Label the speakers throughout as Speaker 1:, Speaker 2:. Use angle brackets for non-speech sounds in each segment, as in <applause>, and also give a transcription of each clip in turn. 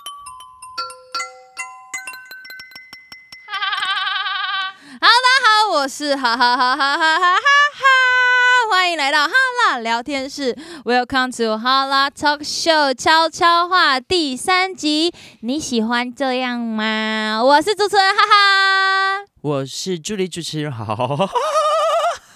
Speaker 1: <laughs> 我是哈哈哈哈哈哈哈哈，欢迎来到哈拉聊天室，Welcome to 哈拉 Talk Show 悄悄话第三集。你喜欢这样吗？我是主持人哈哈。
Speaker 2: 我是助理主持人，好，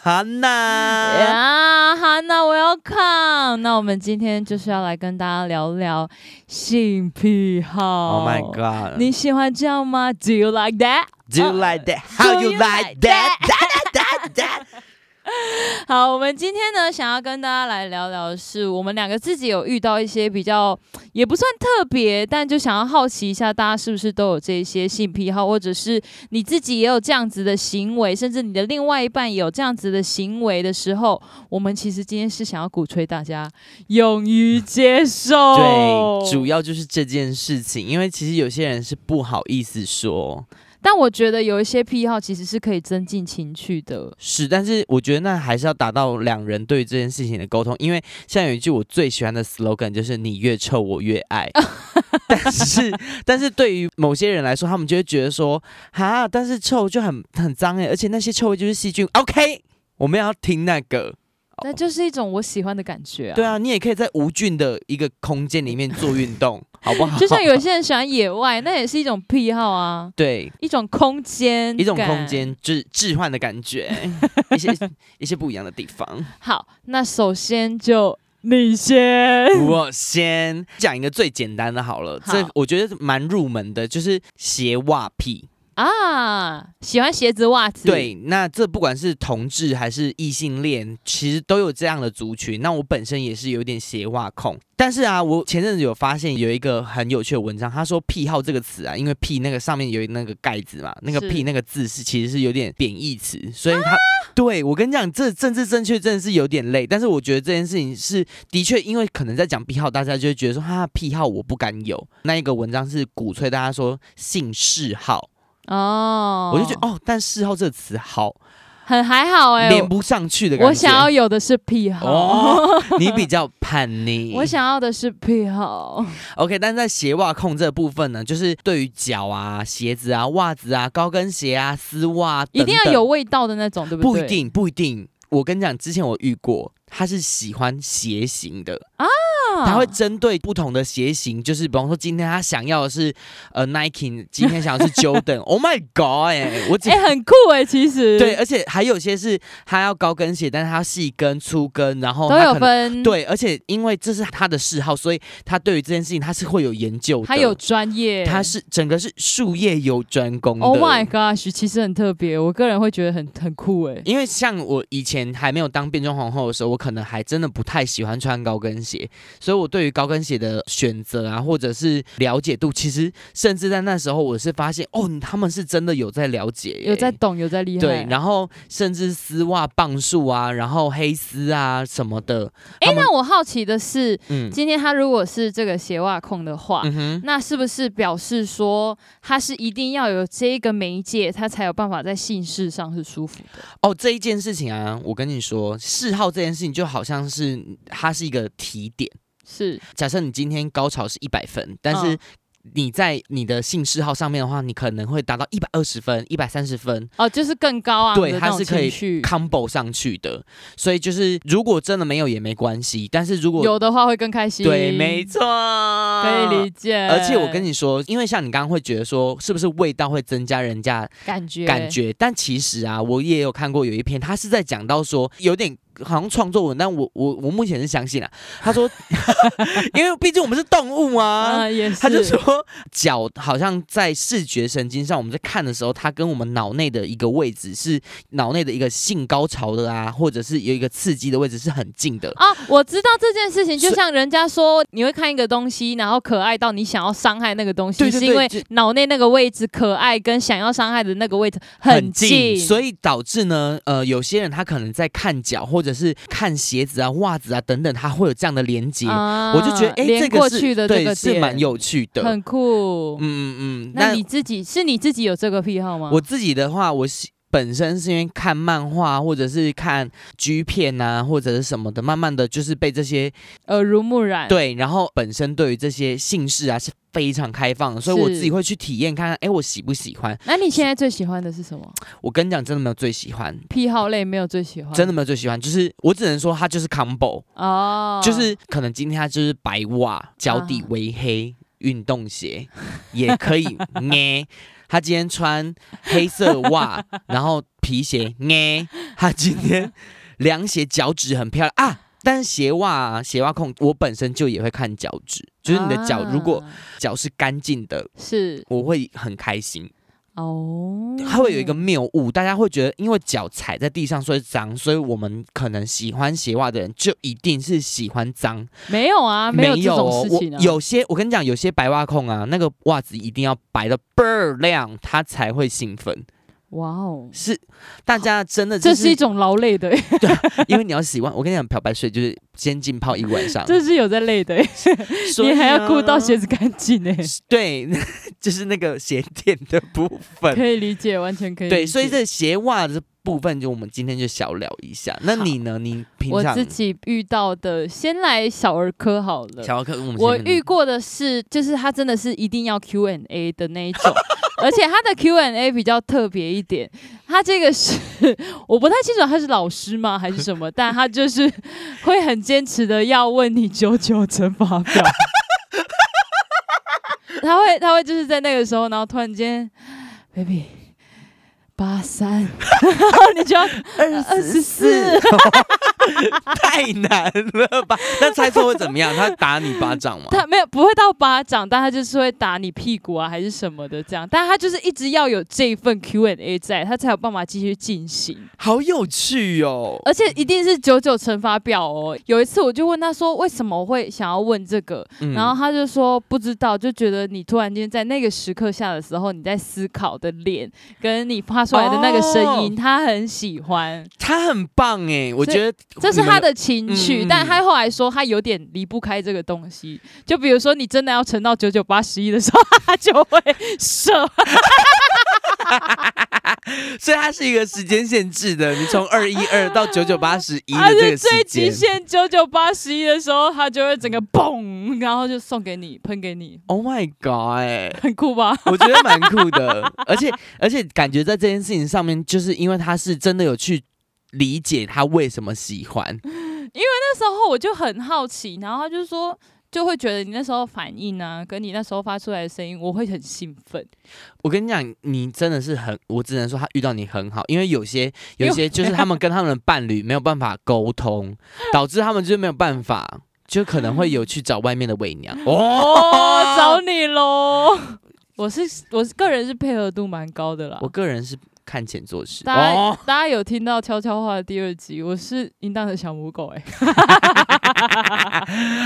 Speaker 2: 哈娜。
Speaker 1: 呀，哈娜啊 Welcome。那我们今天就是要来跟大家聊聊性癖好。
Speaker 2: Oh my god！
Speaker 1: 你喜欢这样吗？Do you like that？
Speaker 2: Do you like that? How
Speaker 1: Do
Speaker 2: you
Speaker 1: you
Speaker 2: like
Speaker 1: like
Speaker 2: that? Da da da da.
Speaker 1: 好，我们今天呢，想要跟大家来聊聊的是，我们两个自己有遇到一些比较，也不算特别，但就想要好奇一下，大家是不是都有这些性癖好，或者是你自己也有这样子的行为，甚至你的另外一半也有这样子的行为的时候，我们其实今天是想要鼓吹大家勇于接受。
Speaker 2: 对，主要就是这件事情，因为其实有些人是不好意思说，
Speaker 1: 但我觉得有一些癖好其实是可以增进情趣的。
Speaker 2: 是，但是我觉得那还是要达到两人对于这件事情的沟通，因为像有一句我最喜欢的 slogan 就是“你越臭我越
Speaker 1: <laughs>
Speaker 2: 爱”，但是但是对于某些人来说，他们就会觉得说，哈，但是臭就很很脏哎，而且那些臭味就是细菌。OK，我们要听那个。
Speaker 1: 那就是一种我喜欢的感觉啊。
Speaker 2: 对啊，你也可以在无菌的一个空间里面做运动，好不好？
Speaker 1: 就像有些人喜欢野外，那也是一种癖好啊，
Speaker 2: <laughs> 对
Speaker 1: 一种空间，
Speaker 2: 一种空。间置置换的
Speaker 1: <laughs>
Speaker 2: 感觉，一些一些不一样的地方。
Speaker 1: 好，那首先就你先，
Speaker 2: 我先讲一个最简单的好了，
Speaker 1: 好
Speaker 2: 这我觉得蛮入门的，就是鞋袜癖。
Speaker 1: <laughs> 啊，喜欢鞋子、袜子，，
Speaker 2: 对，那这不管是同志还是异性恋，其实都有这样的族群。那我本身也是有点鞋袜控，但是啊，我前阵子有发现有一个很有趣的文章，他说“癖好”这个词啊，因为“癖”那个上面有那个盖子嘛，那个
Speaker 1: 是
Speaker 2: “癖”那个字是其实是有点贬义词，所以他。对，我跟你讲，这政治正确真的是有点累，但是我觉得这件事情是的确，因为可能在讲癖好，大家就会觉得说，哈，癖好我不敢有。那一个文章是鼓吹大家说性嗜好，
Speaker 1: 哦，
Speaker 2: 我就觉得哦，但嗜好这个词好
Speaker 1: 很还好哎、
Speaker 2: 连不上去的感觉。
Speaker 1: 我想要有的是癖好， <laughs>
Speaker 2: 哦，你比较叛逆。
Speaker 1: 我想要的是癖好，
Speaker 2: OK，但是在鞋袜控这部分呢，就是对于脚啊、鞋子啊、袜子啊、高跟鞋啊、丝袜啊
Speaker 1: 一定要
Speaker 2: 等等
Speaker 1: 有味道的那种，对
Speaker 2: 不
Speaker 1: 对？
Speaker 2: 一定，不一定。我跟你讲，之前我遇过，他是喜欢鞋型的，
Speaker 1: 啊，
Speaker 2: 他会针对不同的鞋型，就是比方说今天他想要的是呃 Nike，今天想要是 <laughs> Jordan，Oh my God，哎、我只
Speaker 1: 哎、很酷哎、其实
Speaker 2: 对，，而且还有些是他要高跟鞋，但是他要细跟、粗跟，然后
Speaker 1: 都
Speaker 2: 哦他
Speaker 1: 有
Speaker 2: 可能
Speaker 1: 分，，
Speaker 2: 对，而且因为这是他的嗜好，所以他对于这件事情他是会有研究的。
Speaker 1: 他有，专业，
Speaker 2: 他是整个是术业有专攻的。
Speaker 1: Oh my gosh，其实很特别，我个人会觉得很很酷哎、
Speaker 2: 因为像我以前还没有当变装皇后的时候，我可能还真的不太喜欢穿高跟鞋，所以我对于高跟鞋的选择啊，或者是了解度，其实甚至在那时候，我是发现哦，他们是真的有在了解耶，
Speaker 1: 有在懂，有在厉害。
Speaker 2: 对，然后甚至丝袜、棒数啊，然后黑丝啊什么的，
Speaker 1: 哎、
Speaker 2: 他们
Speaker 1: 那我好奇的是，
Speaker 2: 嗯
Speaker 1: 今天他如果是这个鞋袜控的话，
Speaker 2: 嗯哼。
Speaker 1: 那是不是表示说他是一定要有这个媒介，他才有办法在性事上是舒服的？
Speaker 2: 哦，这一件事情啊，我跟你说，嗜好这件事情就好像是它是一个提点。
Speaker 1: 是，
Speaker 2: 假设你今天高潮是一百分，但
Speaker 1: 嗯
Speaker 2: 是你在你的性嗜好上面的话，你可能会达到一百二十分、一百三十分
Speaker 1: 哦，就是更高昂的
Speaker 2: 对
Speaker 1: 那种
Speaker 2: 它是可以
Speaker 1: 情绪，
Speaker 2: ，combo 上去的。所以就是，如果真的没有也没关系，但是如果
Speaker 1: 有的话会更开心。
Speaker 2: 对，没错，
Speaker 1: 可
Speaker 2: 可
Speaker 1: 以理。解。
Speaker 2: 而且我跟你说，因为像你刚刚会觉得说，是不是味道会增加人家
Speaker 1: 感觉
Speaker 2: 感觉。但其实啊，我也有看过有一篇，他是在讲到说，有点好像创作文，但我我我目前是相信了。
Speaker 1: <laughs>
Speaker 2: 他说，因为毕竟我们是动物啊。
Speaker 1: 啊、也是，
Speaker 2: 他就说，脚好像在视觉神经上，我们在看的时候，它跟我们脑内的一个位置是脑内的一个性高潮的啊，或者是有一个刺激的位置是很近的。
Speaker 1: 啊，我知道这件事情，就是像人家说，你会看一个东西，然后可爱到你想要伤害那个东西，
Speaker 2: 对对
Speaker 1: 是因
Speaker 2: 对
Speaker 1: 为
Speaker 2: 就
Speaker 1: 脑内那个位置可爱跟想要伤害的那个位置近，
Speaker 2: 所以导致呢，呃，有些人他可能在看脚或者是看鞋子啊、袜子啊等等，他会有这样的连接。
Speaker 1: 啊
Speaker 2: 我就觉得，哎、
Speaker 1: 连
Speaker 2: 这
Speaker 1: 过
Speaker 2: 个
Speaker 1: 去
Speaker 2: 是
Speaker 1: 的这
Speaker 2: 对
Speaker 1: 个
Speaker 2: 是蛮
Speaker 1: 点
Speaker 2: 有趣的。嗯
Speaker 1: 很酷。
Speaker 2: 嗯嗯，
Speaker 1: 那
Speaker 2: 那
Speaker 1: 你自己是你自己有这个癖好吗？
Speaker 2: 我自己的话，我喜本身是因为看漫画或者是看 G 片啊，或者是什么的，慢慢的就是被这些
Speaker 1: 耳濡目染。
Speaker 2: 对，然后本身对于这些姓氏啊是非常开放的，所以我
Speaker 1: 是
Speaker 2: 自己会去体验看看，哎，我喜不喜欢？
Speaker 1: 那你现在最喜欢的是什么？
Speaker 2: 我跟你讲，真的没有最喜欢，
Speaker 1: 癖好类没有最喜欢，
Speaker 2: 真的没有最喜欢，就是我只能说它就是 combo，、
Speaker 1: 哦，
Speaker 2: 就是可能今天它就是白袜，脚底为黑，运动鞋也可以捏。他今天穿黑色袜，然后皮鞋捏。他今天凉鞋脚趾很漂亮啊。但是鞋袜、啊、鞋袜控，我本身就也会看脚趾，就是你的脚，如果
Speaker 1: 啊
Speaker 2: 脚是干净的，
Speaker 1: 是
Speaker 2: 我会很开心。
Speaker 1: 哦，
Speaker 2: 它会有一个谬误，大家会觉得因为脚踩在地上所以脏，所以我们可能喜欢鞋袜的人就一定是喜欢脏，
Speaker 1: 没有啊，
Speaker 2: 没
Speaker 1: 有这种
Speaker 2: 哦
Speaker 1: 事
Speaker 2: 我
Speaker 1: 情啊，
Speaker 2: 有些我跟你讲，有些白袜控啊，那个袜子一定要白的 <laughs> 倍儿亮，他才会兴奋。
Speaker 1: 哇哦，
Speaker 2: 是大家真的
Speaker 1: 这
Speaker 2: 就是
Speaker 1: 一种劳累的欸，
Speaker 2: <laughs> 因为你要喜欢，我跟你讲，漂白水就是先浸泡一晚上，
Speaker 1: <laughs> 这是有在累的欸，
Speaker 2: <laughs> 所以
Speaker 1: 你还要顾到
Speaker 2: 啊
Speaker 1: 鞋子干净呢，
Speaker 2: 对， <laughs> 就是那个鞋垫的部分。
Speaker 1: 可以理解，完全可以理解。
Speaker 2: 对，所以这鞋袜的部分，就我们今天就小聊一下。那你呢？你平
Speaker 1: 我
Speaker 2: 常
Speaker 1: 自己遇到的，先来小儿科好了。
Speaker 2: 小克，我们
Speaker 1: 我
Speaker 2: 先 <laughs>
Speaker 1: 遇过的是，就是他真的是一定要 Q&A 的那一
Speaker 2: <laughs>
Speaker 1: 种，而且他的 Q&A 比较特别一点。他这个是我不太清楚他是老师吗还是什
Speaker 2: <laughs>
Speaker 1: 么，但他就是会很坚持的要问你九九乘法
Speaker 2: <laughs>
Speaker 1: 表。他会他会就是在那个时候，然后突然间，baby 八三， <laughs> 然后你就要
Speaker 2: 二十四，太难了吧？那猜错会怎么样？他打你巴掌吗？
Speaker 1: <laughs> 他没有不会到巴掌，但他就是会打你屁股啊，还是什么的这样。但他就是一直要有这一份 Q&A 在，他才有办法继续进行。
Speaker 2: 好有趣哦！
Speaker 1: 而且一定是九九乘法表哦。有一次我就问他说，为什么会想要问这个？
Speaker 2: 嗯
Speaker 1: 然后他就说不知道，就觉得你突然间在那个时刻下的时候，你在思考的脸跟你发出来的那个声音，他很喜欢，
Speaker 2: 他很棒哎，我
Speaker 1: 所以
Speaker 2: 觉得
Speaker 1: 这是他的情绪。
Speaker 2: 嗯嗯嗯
Speaker 1: 但他后来说他有点离不开这个东西，就比如说你真的要乘到九九八十一的时候， <laughs> 他就会射。
Speaker 2: 你们，所以他是一个时间限制的，你从二一二到九九八十
Speaker 1: <laughs>
Speaker 2: 一
Speaker 1: 他
Speaker 2: 的这
Speaker 1: 是
Speaker 2: 个
Speaker 1: 最
Speaker 2: 时
Speaker 1: 极
Speaker 2: 间。
Speaker 1: 限九九八十一的时候，他就会整个嘣，然后就送给你，喷给你，
Speaker 2: Oh my god！哎，
Speaker 1: 很酷吧？
Speaker 2: <laughs>
Speaker 1: <laughs>
Speaker 2: 我觉得蛮酷的，而且而且感觉在这件事情上面，就是因为他是真的有去理解他为什么喜欢，
Speaker 1: 那时候我就很好奇，然后他就说，就会觉得你那时候反应啊，跟你那时候发出来的声音，我会很兴奋。
Speaker 2: 我跟你讲，你真的是很，我只能说他遇到你很好，因为有些有些就是他们跟他们的伴侣没有办法沟通，导致他们就是没有办法，就可能会有去找外面的伪娘
Speaker 1: 哦， <laughs> 找
Speaker 2: 哦。
Speaker 1: 你喽！ <laughs> 我是我是个人是配合度蛮高的啦
Speaker 2: 我。个人是看钱做事
Speaker 1: 大家、
Speaker 2: 哦，
Speaker 1: 大家有听到悄悄话的第二集，我是淫荡的小母狗哎、欸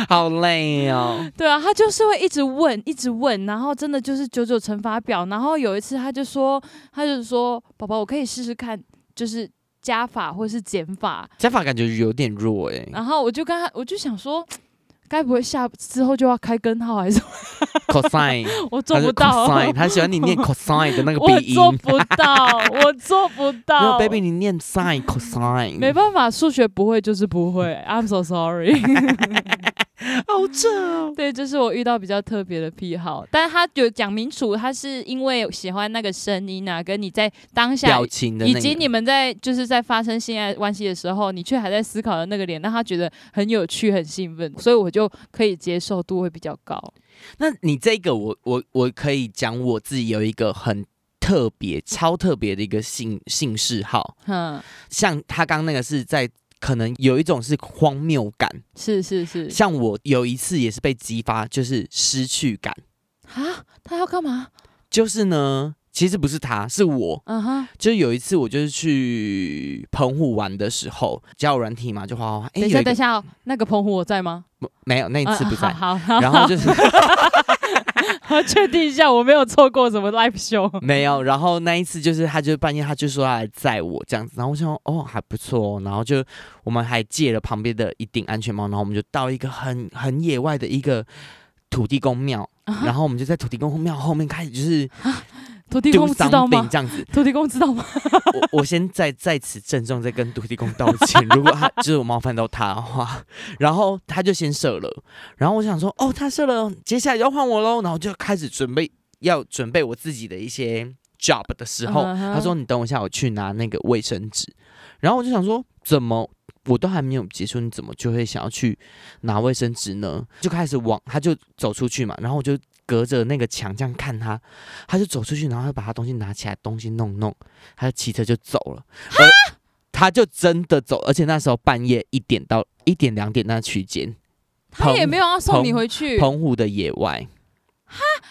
Speaker 2: <laughs>
Speaker 1: <laughs>
Speaker 2: 好累哦。
Speaker 1: 对啊，他就是会一直问，一直问，然后真的就是九九乘法表。然后有一次他就说，他就说，宝宝，我可以试试看，就是加法或是减法。
Speaker 2: 加法感觉有点弱
Speaker 1: <laughs>
Speaker 2: 哎、
Speaker 1: 然后我就跟他，我就想说，该不会下之后就要开根号还是什么
Speaker 2: cosine，
Speaker 1: <laughs> 我做
Speaker 2: 他
Speaker 1: 不
Speaker 2: 是
Speaker 1: 到，
Speaker 2: cosine，他喜欢
Speaker 1: <laughs>
Speaker 2: 你念 cosine 的那个
Speaker 1: 我
Speaker 2: 鼻音。 <laughs>
Speaker 1: 做不到，我做不
Speaker 2: 没有
Speaker 1: 到
Speaker 2: baby，你念 sin cosine，
Speaker 1: 没办法，数学不会就是不
Speaker 2: <laughs>
Speaker 1: 会，I'm so sorry。
Speaker 2: 好正哦。
Speaker 1: 对，这是我遇到比较特别的癖好，但他有讲明楚，他是因为喜欢那个声音啊，跟你在当下
Speaker 2: 表。情的那
Speaker 1: 以
Speaker 2: 个，
Speaker 1: 及你们在就是在发生性爱关系的时候，你却还在思考的那个脸，让他觉得很有趣、很兴奋，所以我就可以接受度会比较高。
Speaker 2: 那你这个我，我我可以讲我自己有一个很特别、超特别的一个性性嗜好，
Speaker 1: 哼，
Speaker 2: 像他刚那个是在。可能有一种是荒谬感，
Speaker 1: 是是是，
Speaker 2: 像我有一次也是被激发，就是失去感。
Speaker 1: 啊，他要干嘛？
Speaker 2: 就是呢，其实不是他，是我。
Speaker 1: 嗯哼，
Speaker 2: 就是有一次我就是去澎湖玩的时候，交友软体嘛，就滑滑滑。哎、
Speaker 1: 等一
Speaker 2: 有
Speaker 1: 下
Speaker 2: 一
Speaker 1: 等一
Speaker 2: 个
Speaker 1: 下哦，那个澎湖我在吗？
Speaker 2: 没有那一次
Speaker 1: 啊
Speaker 2: 不在，
Speaker 1: 好好，<laughs>
Speaker 2: <laughs> 然后就是 <laughs>
Speaker 1: 好确定一下，我没有错过什么 live show。
Speaker 2: 没有，然后那一次就是，他就半夜他就说他来载我这样子，然后我想说哦还不错、哦，然后就我们还借了旁边的一顶安全帽，然后我们就到一个很很野外
Speaker 1: 啊
Speaker 2: 的一个土地公庙，然后我们就在土地公庙后面开始就是
Speaker 1: <laughs> 土地
Speaker 2: do
Speaker 1: 公知道
Speaker 2: something
Speaker 1: 吗？
Speaker 2: 这样子。
Speaker 1: 土地公知道吗？
Speaker 2: 我我先在在此郑重再跟土地公道歉，如果他就是我冒犯到他的话，然后他就先射了，然后我想说哦，他射了，接下来要换我喽，然后就开始准备要准备我自己的一些 job 的时候
Speaker 1: 嗯哼
Speaker 2: 他说你等我一下，我去拿那个卫生纸，然后我就想说怎么。我都还没有结束，你怎么就会想要去拿卫生纸呢？就开始往，他就走出去嘛，然后我就隔着那个墙这样看他，他就走出去，然后他把他东西拿起来，东西弄弄，他就骑车就走了。我他就真的走，而且那时候半夜一点到一点两点那区间，
Speaker 1: <laughs> 他也没有要送你
Speaker 2: 澎
Speaker 1: 回去，
Speaker 2: 澎湖的野外。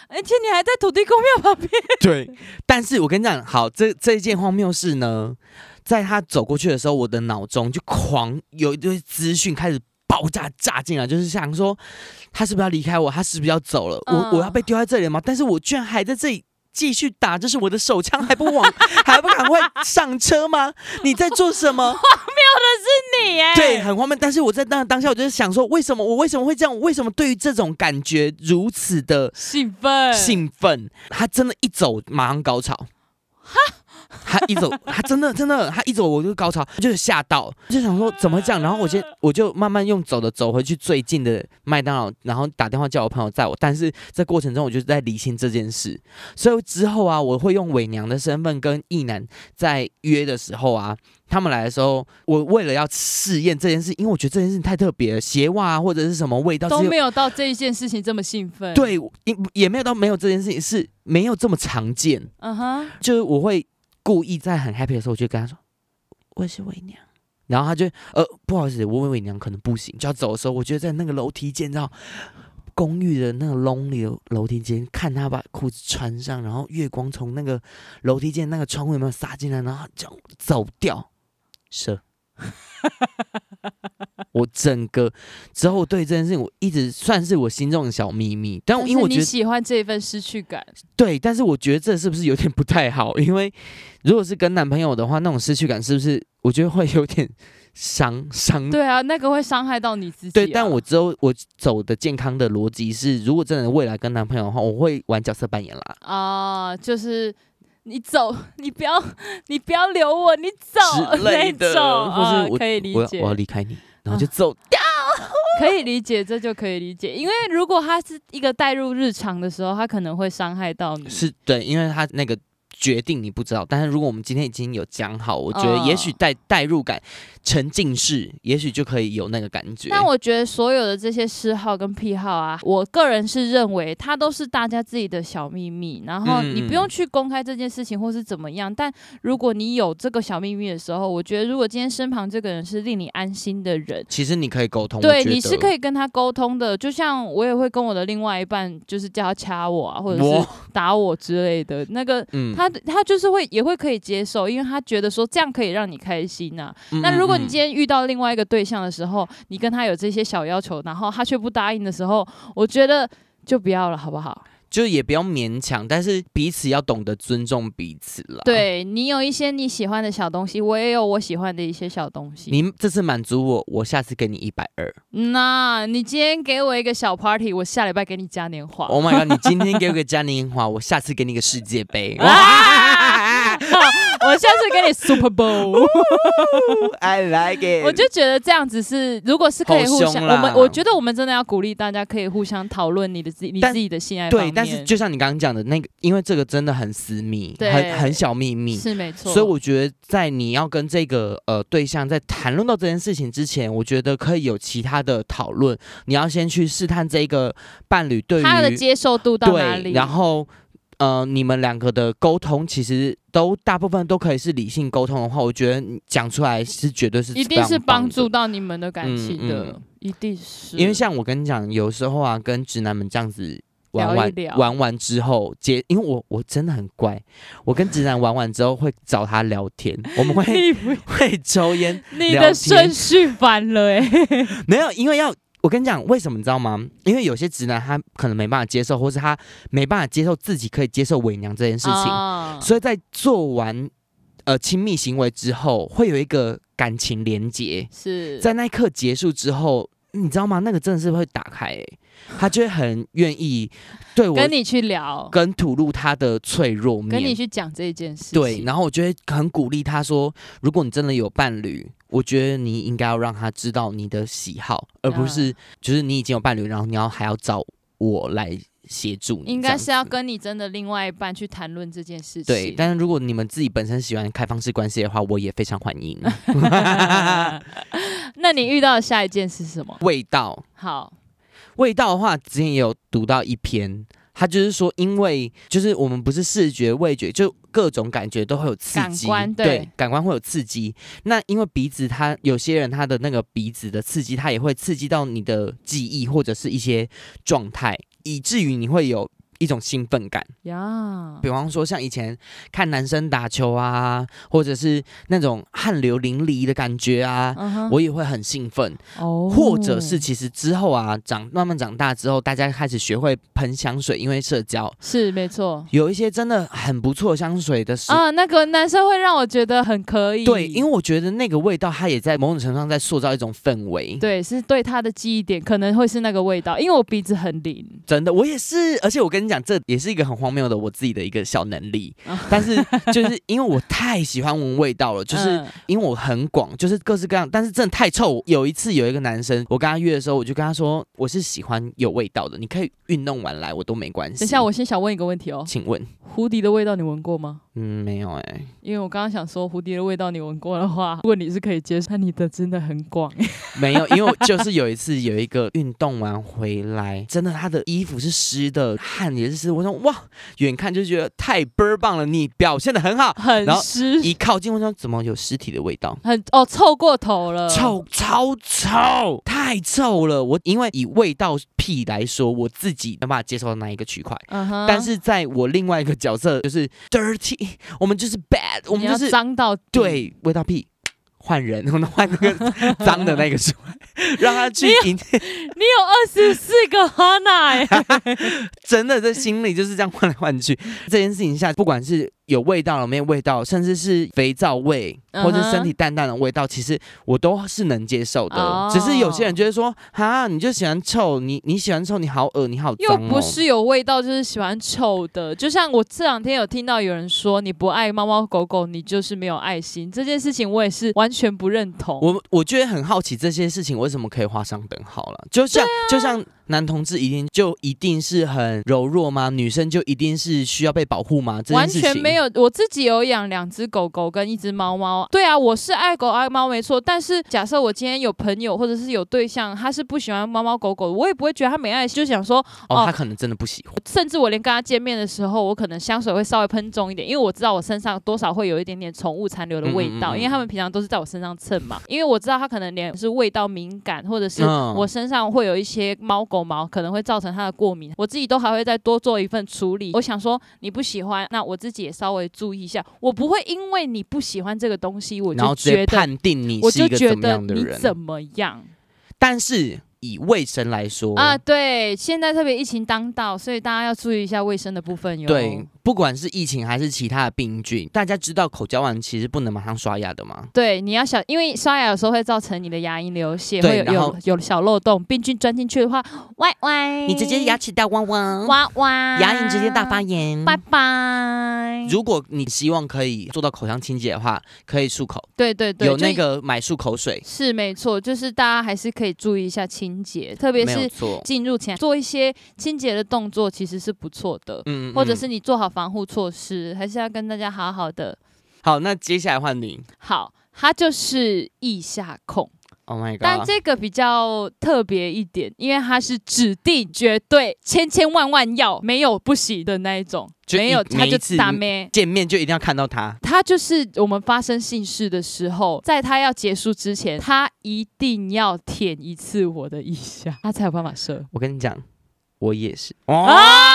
Speaker 1: 而且你还在土地公庙旁边。
Speaker 2: <laughs> 对，但是我跟你讲，好，这这一件荒谬事呢，在他走过去的时候，我的脑中就狂有一堆资讯开始。爆炸炸进来，就是想说，他是不是要离开我？他是不是要走了？
Speaker 1: 嗯
Speaker 2: 我我要被丢在这里了吗？但是我居然还在这里继续打，这是我的手枪还不往，还不赶快上车吗？你在做什么？
Speaker 1: 你耶，
Speaker 2: 对，很荒谬。但是我在那当下，我就是想说，为什么我为什么会这样？我为什么对于这种感觉如此的
Speaker 1: 兴奋，
Speaker 2: 兴奋？他真的，一走马上高潮。他一走，他真的真的，他一走我就高潮，就是吓到，就想说怎么讲。然后我先我就慢慢用走的走回去最近的麦当劳，然后打电话叫我朋友载我。但是这过程中我就是在理清这件事，所以之后啊，我会用伪娘的身份跟异男在约的时候啊，他们来的时候，我为了要试验这件事，因为我觉得这件事情太特别了，鞋袜啊或者是什么味道
Speaker 1: 都
Speaker 2: 只有
Speaker 1: 没有到这一件事情这么兴奋。，
Speaker 2: 对，也也没有到没有这件事情是没有这么常见，
Speaker 1: 嗯哼，
Speaker 2: 就是我会故意在很 happy 的时候，我就跟他说我是伪娘，然后他就呃不好意思，我伪娘可能不行，就要走的时候，我觉得在那个楼梯间，然后公寓的那个 lonely 的楼梯间，看他把裤子穿上，然后月光从那个楼梯间那个窗户有没有洒进来，然后这样走掉，是。 <laughs> 我整个之后对这件事情，我一直算是我心中的小秘密，但因为我
Speaker 1: 但是
Speaker 2: 觉得
Speaker 1: 你喜欢这一份失去感，
Speaker 2: 对，但是我觉得这是不是有点不太好？因为如果是跟男朋友的话，那种失去感是不是我觉得会有点伤伤？
Speaker 1: 对啊，那个会伤害到你自己啊。
Speaker 2: 嗯对，但我之后我走的健康的逻辑是，如果真的未来跟男朋友的话，我会玩角色扮演啦，
Speaker 1: 啊、就是你走，你不要，你不要留我，你走
Speaker 2: 之类的
Speaker 1: 那种
Speaker 2: 或是
Speaker 1: 啊可以理
Speaker 2: 我要
Speaker 1: 解啊
Speaker 2: 我，要离开你，然后就走。
Speaker 1: 可以理解，这就可以理解。因为如果他是一个带入日常的时候，他可能会伤害到你。
Speaker 2: 是对，因为他那个决定你不知道，但是如果我们今天已经有讲好，我觉得也许
Speaker 1: 哦
Speaker 2: 带代入感、沉浸式，也许就可以有那个感觉。
Speaker 1: 但我觉得所有的这些嗜好跟癖好啊，我个人是认为它都是大家自己的小秘密，然后
Speaker 2: 嗯
Speaker 1: 你不用去公开这件事情或是怎么样。但如果你有这个小秘密的时候，我觉得如果今天身旁这个人是令你安心的人，
Speaker 2: 其实你可以沟通，
Speaker 1: 对，你是可
Speaker 2: 以。
Speaker 1: 以跟他沟通的，就像我也会跟我的另外一半，就是叫他掐我啊，或者
Speaker 2: 我
Speaker 1: 是打我之类的。那个
Speaker 2: 嗯
Speaker 1: 他他就是会也会可以接受，因为他觉得说这样可以让你开心呐、
Speaker 2: 嗯
Speaker 1: 那
Speaker 2: 嗯
Speaker 1: 如果你
Speaker 2: 嗯
Speaker 1: 今天遇到另外一个对象的时候，你跟他有这些小要求，然后他却不答应的时候，我觉得就不要了，好不好？
Speaker 2: 就也不要勉强，但是彼此要懂得尊重彼此啦。，
Speaker 1: 对你有一些你喜欢的小东西，我也有我喜欢的一些小东西。
Speaker 2: 你这次满足我，我下次给你一百
Speaker 1: <laughs>
Speaker 2: 二。
Speaker 1: 那你今天给我一个小 party，我下礼拜给你嘉年华。
Speaker 2: Oh my god！你今天给我个嘉年华，我下次给你个世界
Speaker 1: <laughs>
Speaker 2: 杯。
Speaker 1: 啊我下次给你 Super
Speaker 2: <laughs>
Speaker 1: Bowl，
Speaker 2: I like it。
Speaker 1: 我就觉得这样子是，如果是可以互
Speaker 2: 好
Speaker 1: 相，
Speaker 2: 凶啦
Speaker 1: 我们我觉得我们真的要鼓励大家可以互相讨论你的自己你
Speaker 2: 但
Speaker 1: 自己的性爱方
Speaker 2: 对，
Speaker 1: 面
Speaker 2: 但是就像你刚刚讲的那个，因为这个真的很私密，
Speaker 1: 对
Speaker 2: 很很小秘密。
Speaker 1: 是没错，
Speaker 2: 所以我觉得，在你要跟这个呃对象在谈论到这件事情之前，我觉得可以有其他的讨论。你要先去试探这个伴侣对于
Speaker 1: 他的接受度到哪
Speaker 2: 对，
Speaker 1: 里？
Speaker 2: 然后呃，你们两个的沟通其实都大部分都可以是理性沟通的话，我觉得你讲出来是绝对是
Speaker 1: 一定是
Speaker 2: 非常棒
Speaker 1: 帮
Speaker 2: 的
Speaker 1: 助。到你们的感情的，
Speaker 2: 嗯嗯
Speaker 1: 一定是
Speaker 2: 因为像我跟你讲，有时候啊，跟直男们这样子玩
Speaker 1: 聊一
Speaker 2: 完
Speaker 1: 聊
Speaker 2: 玩完之后，结，因为我我真的很乖，我跟直男玩完之后会找他聊天，我们
Speaker 1: <laughs>
Speaker 2: 会
Speaker 1: 你不
Speaker 2: 会抽烟，
Speaker 1: 你
Speaker 2: 聊
Speaker 1: 的
Speaker 2: 天
Speaker 1: 顺序反了哎、欸，
Speaker 2: 没有，因为要我跟你讲，为什么你知道吗？因为有些直男他可能没办法接受，或是他没办法接受自己可以接受伪娘这件事情，
Speaker 1: 啊
Speaker 2: 所以在做完呃亲密行为之后，会有一个感情连接，
Speaker 1: 是
Speaker 2: 在那一刻结束之后，你知道吗？那个真的是会打开、欸，他就会很愿意对我
Speaker 1: 跟你去聊，
Speaker 2: 跟吐露他的脆弱面，
Speaker 1: 跟你去讲这件事情。
Speaker 2: 对，然后我就会很鼓励他说，如果你真的有伴侣，我觉得你应该要让他知道你的喜好，而不是
Speaker 1: 嗯
Speaker 2: 就是你已经有伴侣，然后你要还要找我来协助你，
Speaker 1: 应该是要
Speaker 2: 这样子。
Speaker 1: 跟你真的另外一半去谈论这件事情。
Speaker 2: 对，但是如果你们自己本身喜欢开放式关系的话，我也非常欢
Speaker 1: <laughs>
Speaker 2: 迎。
Speaker 1: <laughs> 那你遇到的下一件是什么？
Speaker 2: 味道，
Speaker 1: 好，
Speaker 2: 味道的话，之前也有读到一篇，他就是说，因为就是我们不是视觉、味觉，就各种感觉都会有刺激，
Speaker 1: 感官对
Speaker 2: 感官会有刺激。那因为鼻子它，有些人他的那个鼻子的刺激，它也会刺激到你的记忆或者是一些状态，以至于你会有。一种兴奋感，
Speaker 1: 呀，
Speaker 2: 比方说像以前看男生打球啊，或者是那种汗流淋漓的感觉啊，
Speaker 1: 嗯哼
Speaker 2: 我也会很兴奋。
Speaker 1: 哦
Speaker 2: 或者是其实之后啊，长慢慢长大之后，大家开始学会喷香水，因为社交
Speaker 1: 是没错
Speaker 2: 有一些真的很不错的香水的时、
Speaker 1: 啊，那个男生会让我觉得很可以，
Speaker 2: 对，因
Speaker 1: 为
Speaker 2: 为我觉得那个味道，它也在某种程度上在塑造一种氛围。
Speaker 1: 对是对他的记忆点可能会是那个味道，因为我鼻子很灵，
Speaker 2: 真的，我也是，而且我跟你讲，这也是一个很荒谬的我自己的一个小能力，但是就是因为我太喜欢闻味道了，就是
Speaker 1: 嗯
Speaker 2: 因为我很广，就是各式各样，但是真的太臭。有一次有一个男生，我跟他约的时候，我就跟他说，我是喜欢有味道的，你可以运动完来，我都没关系。
Speaker 1: 等一下，我先想问一个问题哦，
Speaker 2: 请问，
Speaker 1: 蝴蝶的味道你闻过吗？
Speaker 2: 嗯，没有哎、
Speaker 1: 因为我刚刚想说，蝴蝶的味道你闻过的话，如果你是可以接受，那你的真的很广。欸
Speaker 2: 没有，因为我就是有一次嗯有一个运动完回来，真的他的衣服是湿的，汗也是湿的，我说哇，远看就觉得太倍儿棒了，你表现的很好。
Speaker 1: 很
Speaker 2: 然后
Speaker 1: 湿，
Speaker 2: 一靠近我说怎么有尸体的味道？
Speaker 1: 很哦，臭过头了，
Speaker 2: 臭，超臭，太臭了！我因为以味道屁来说，我自己没办法接受到那一个区块，
Speaker 1: 嗯哼
Speaker 2: 但是在我另外一个角色就是 dirty，我们就是 bad，我
Speaker 1: 你
Speaker 2: 们
Speaker 1: 要
Speaker 2: 就是
Speaker 1: 脏到底，
Speaker 2: 对，味道屁，换人，我们换那个 <laughs> 脏的那个出来，让他去迎接。
Speaker 1: 你有二十四个哈娜
Speaker 2: <laughs>
Speaker 1: 哎，
Speaker 2: 哦真的在心里就是这样换来换去。这件事情下，不管是有味道了没有味道，甚至是肥皂味或者
Speaker 1: 嗯哼
Speaker 2: 身体淡淡的味道，其实我都是能接受的。
Speaker 1: 哦
Speaker 2: 只是有些人就会说，哈，你就喜欢臭，你你喜欢臭，你好恶，你好
Speaker 1: 又
Speaker 2: 脏、哦。
Speaker 1: 不是有味道，就是喜欢臭的。就像我这两天有听到有人说，你不爱猫猫狗狗，你就是没有爱心。这件事情我也是完全不认同。
Speaker 2: 我我觉得很好奇这些事情为什么可以画上等号了？就像、
Speaker 1: 啊
Speaker 2: 就像男同志一定就一定是很柔弱吗？女生就一定是需要被保护吗？这件
Speaker 1: 完
Speaker 2: 事情
Speaker 1: 全没有，我自己有养两只狗狗跟一只猫猫。对啊，我是爱狗爱猫没错，但是假设我今天有朋友或者是有对象，他是不喜欢猫猫狗狗，我也不会觉得他没爱心，就想说
Speaker 2: 哦，
Speaker 1: 哦
Speaker 2: 他可能真的不喜欢。
Speaker 1: 甚至我连跟他见面的时候，我可能香水会稍微喷重一点，因为我知道我身上多少会有一点点宠物残留的味道，
Speaker 2: 嗯嗯嗯
Speaker 1: 因为他们平常都是在我身上蹭嘛。因为我知道他可能连是味道敏感，或者是
Speaker 2: 嗯
Speaker 1: 我身上会有一些猫狗毛，可能会造成他的过敏，我自己都还会再多做一份处理。我想说你不喜欢，那我自己也稍微注意一下，我不会因为你不喜欢这个东西，我
Speaker 2: 然后
Speaker 1: 就
Speaker 2: 直
Speaker 1: 觉得
Speaker 2: 接判定你
Speaker 1: 我
Speaker 2: 是
Speaker 1: 就
Speaker 2: 一个
Speaker 1: 觉
Speaker 2: 怎么
Speaker 1: 得
Speaker 2: 样的
Speaker 1: 你
Speaker 2: 人，
Speaker 1: 怎么样。
Speaker 2: 但是以卫生来说
Speaker 1: 啊，对，现在特别疫情当道，所以大家要注意一下卫生的部分哟。
Speaker 2: 对，不管是疫情还是其他的病菌，大家知道口交完其实不能马上刷牙的吗？
Speaker 1: 对，你要小，因为刷牙有时候会造成你的牙龈流血，
Speaker 2: 对
Speaker 1: 会有
Speaker 2: 然后
Speaker 1: 有有小漏洞，病菌钻进去的话，歪歪，
Speaker 2: 你直接牙齿大汪汪，
Speaker 1: 哇哇，
Speaker 2: 嗯牙龈直接大发，炎。
Speaker 1: 拜拜。
Speaker 2: 如果你希望可以做到口腔清洁的话，可以漱口，
Speaker 1: 对对对，
Speaker 2: 有
Speaker 1: 就
Speaker 2: 那个买漱口水，
Speaker 1: 是没错，就是大家还是可以注意一下清洁，特别
Speaker 2: 没有
Speaker 1: 是
Speaker 2: 错。
Speaker 1: 进入前做一些清洁的动作，其实是不错的。
Speaker 2: 嗯
Speaker 1: 或者
Speaker 2: 嗯
Speaker 1: 是你做好防护措施，还是要跟大家好好的。
Speaker 2: 好，那接下来换你。
Speaker 1: 好，它就是腋下控。
Speaker 2: Oh my
Speaker 1: 但
Speaker 2: god！
Speaker 1: 这个比较特别一点，因为它是指定绝对千千万万要没有不行的那一种，
Speaker 2: 就
Speaker 1: 没有
Speaker 2: 一
Speaker 1: 他
Speaker 2: 每
Speaker 1: 就
Speaker 2: 一次
Speaker 1: 打咩。
Speaker 2: 见面就一定要看到他，
Speaker 1: 他就是我们发生性事的时候，在他要结束之前，他一定要舔一次我的腋下，他才有办法射。
Speaker 2: 我跟你讲，我也是哦
Speaker 1: 啊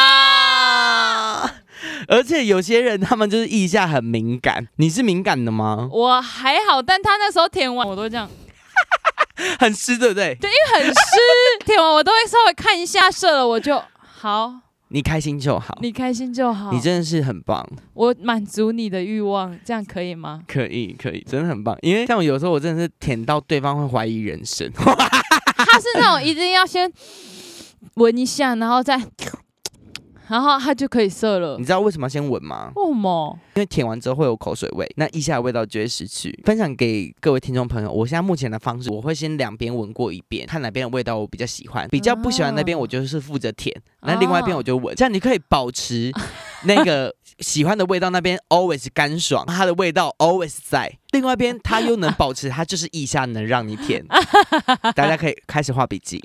Speaker 2: <laughs> 而且有些人他们就是腋下很敏感，你是敏感的吗？
Speaker 1: 我还好，但他那时候舔完我都这样，
Speaker 2: 很湿，对不对？
Speaker 1: 因为很湿，舔完我都会稍微看一下射了，我就好，
Speaker 2: 你开心就好，
Speaker 1: 你开心就好，
Speaker 2: 你真的是很棒，
Speaker 1: 我满足你的欲望，这样可以吗？
Speaker 2: 可以可以，真的很棒。因为像我有时候我真的是舔到对方会怀疑人生，
Speaker 1: 他是那种一定要先闻一下，然后再，然后它就可以射了
Speaker 2: <laughs> 你。知道为什么要先闻吗？
Speaker 1: 哦么？
Speaker 2: 因为舔完之后会有口水味，那腋下的味道就会失去。分享给各位听众朋友，我现在目前的方式，我会先两边闻过一遍，看哪边的味道我比较喜欢，比较不喜欢那边
Speaker 1: 啊
Speaker 2: 我就是负责舔，那另外一边
Speaker 1: 哦
Speaker 2: 我就闻，这样你可以保持那个喜欢的味道，那边 always 干爽，它的味道 always 在。另外一边它又能保持，它就是腋下能让你舔。大家可以开始画笔记。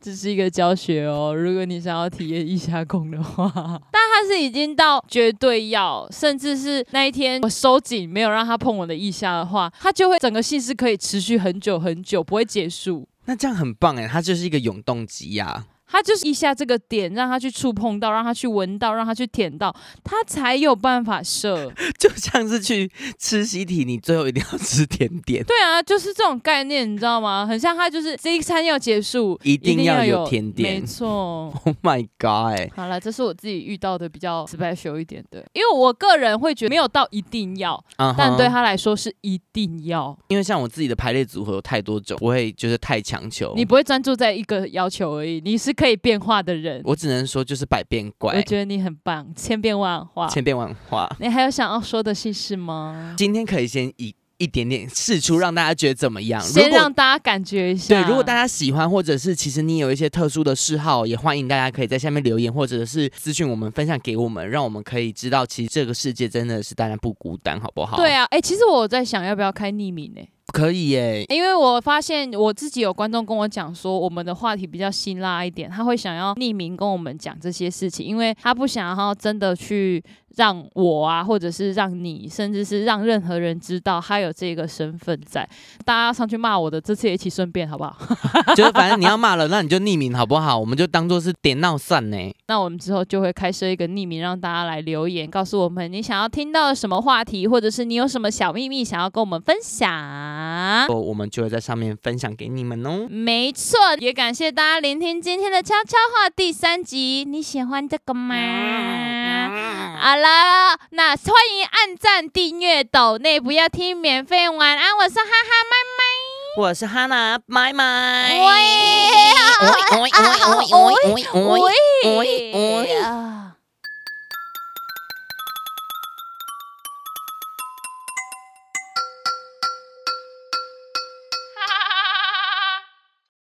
Speaker 1: 这是一个教学哦，如果你想要体验腋下功的
Speaker 2: <laughs>
Speaker 1: 话，但它是已经到绝对要，甚至是那一天我收紧没有让它碰我的腋下的话，它就会整个性是可以持续很久很久，不会结束。
Speaker 2: 那这样很棒哎，它就是一个永动机啊呀、
Speaker 1: 它就是腋下这个点，让它去触碰到，让它去闻到，让它去舔到，它才有办法射。
Speaker 2: 就像是去吃西体，你最后一定要吃甜点。
Speaker 1: 对啊，就是这种概念，你知道吗？很像它就是这一餐要结束，
Speaker 2: 一定要
Speaker 1: 要
Speaker 2: 有甜点
Speaker 1: 没错。
Speaker 2: <laughs> Oh my god！
Speaker 1: 好了，这是我自己遇到的比较 special 一点的，因为我个人会觉得没有到一定要，
Speaker 2: 啊
Speaker 1: 但
Speaker 2: 哈
Speaker 1: 对他来说是一定要，
Speaker 2: 因为像我自己的排列组合有太多种，不会就是太强求。
Speaker 1: 你不会专注在一个要求而已，你是可以变化的人。
Speaker 2: 我只能说就是百变
Speaker 1: 我
Speaker 2: 怪，
Speaker 1: 觉得你很棒，千变万化。
Speaker 2: 千变万化。
Speaker 1: 你还有想要说的心事吗？
Speaker 2: 今天可以先一一点点试出，让大家觉得怎么样？
Speaker 1: 先
Speaker 2: 如果
Speaker 1: 让大家感觉一下。
Speaker 2: 对，如果大
Speaker 1: 家
Speaker 2: 家喜欢，或者是其实你有一些特殊的嗜好，也欢迎大家可以在下面留言，或者是私讯我们分享给我们，让我们可以知道，其实这个世界真的是大家不孤单，好不好？
Speaker 1: 对，啊，哎、其实我在想要不要开匿名呢、欸
Speaker 2: 可以耶。
Speaker 1: 因为我发现我自己有观众跟我讲说，我们的话题比较辛辣一点，他会想要匿名跟我们讲这些事情，因为他不想要真的去让我啊，或者是让你，甚至是让任何人知道他有这个身份在。大家上去骂我的，这次也一起顺便好不 <laughs> 好？
Speaker 2: 就是反正你要骂了，那你就匿名好不好？我们就当做是点闹散呢。
Speaker 1: 那我们之后就会开设一个匿名，让大家来留言，告诉我们你想要听到的什么话题，或者是你有什么小秘密想要跟我们分享。
Speaker 2: 我我们就会在上面分享给你们哦。
Speaker 1: 没错，也感谢大家聆听今天的悄悄话第三集。你喜欢这个吗？好了，那欢迎按赞、订阅、抖内，不要听免费。晚安，我是哈哈
Speaker 2: 我是哈娜，拜
Speaker 1: 麦
Speaker 2: 拜。
Speaker 1: 麦。喂，
Speaker 2: 喂喂喂喂喂喂喂喂
Speaker 1: 喂啊！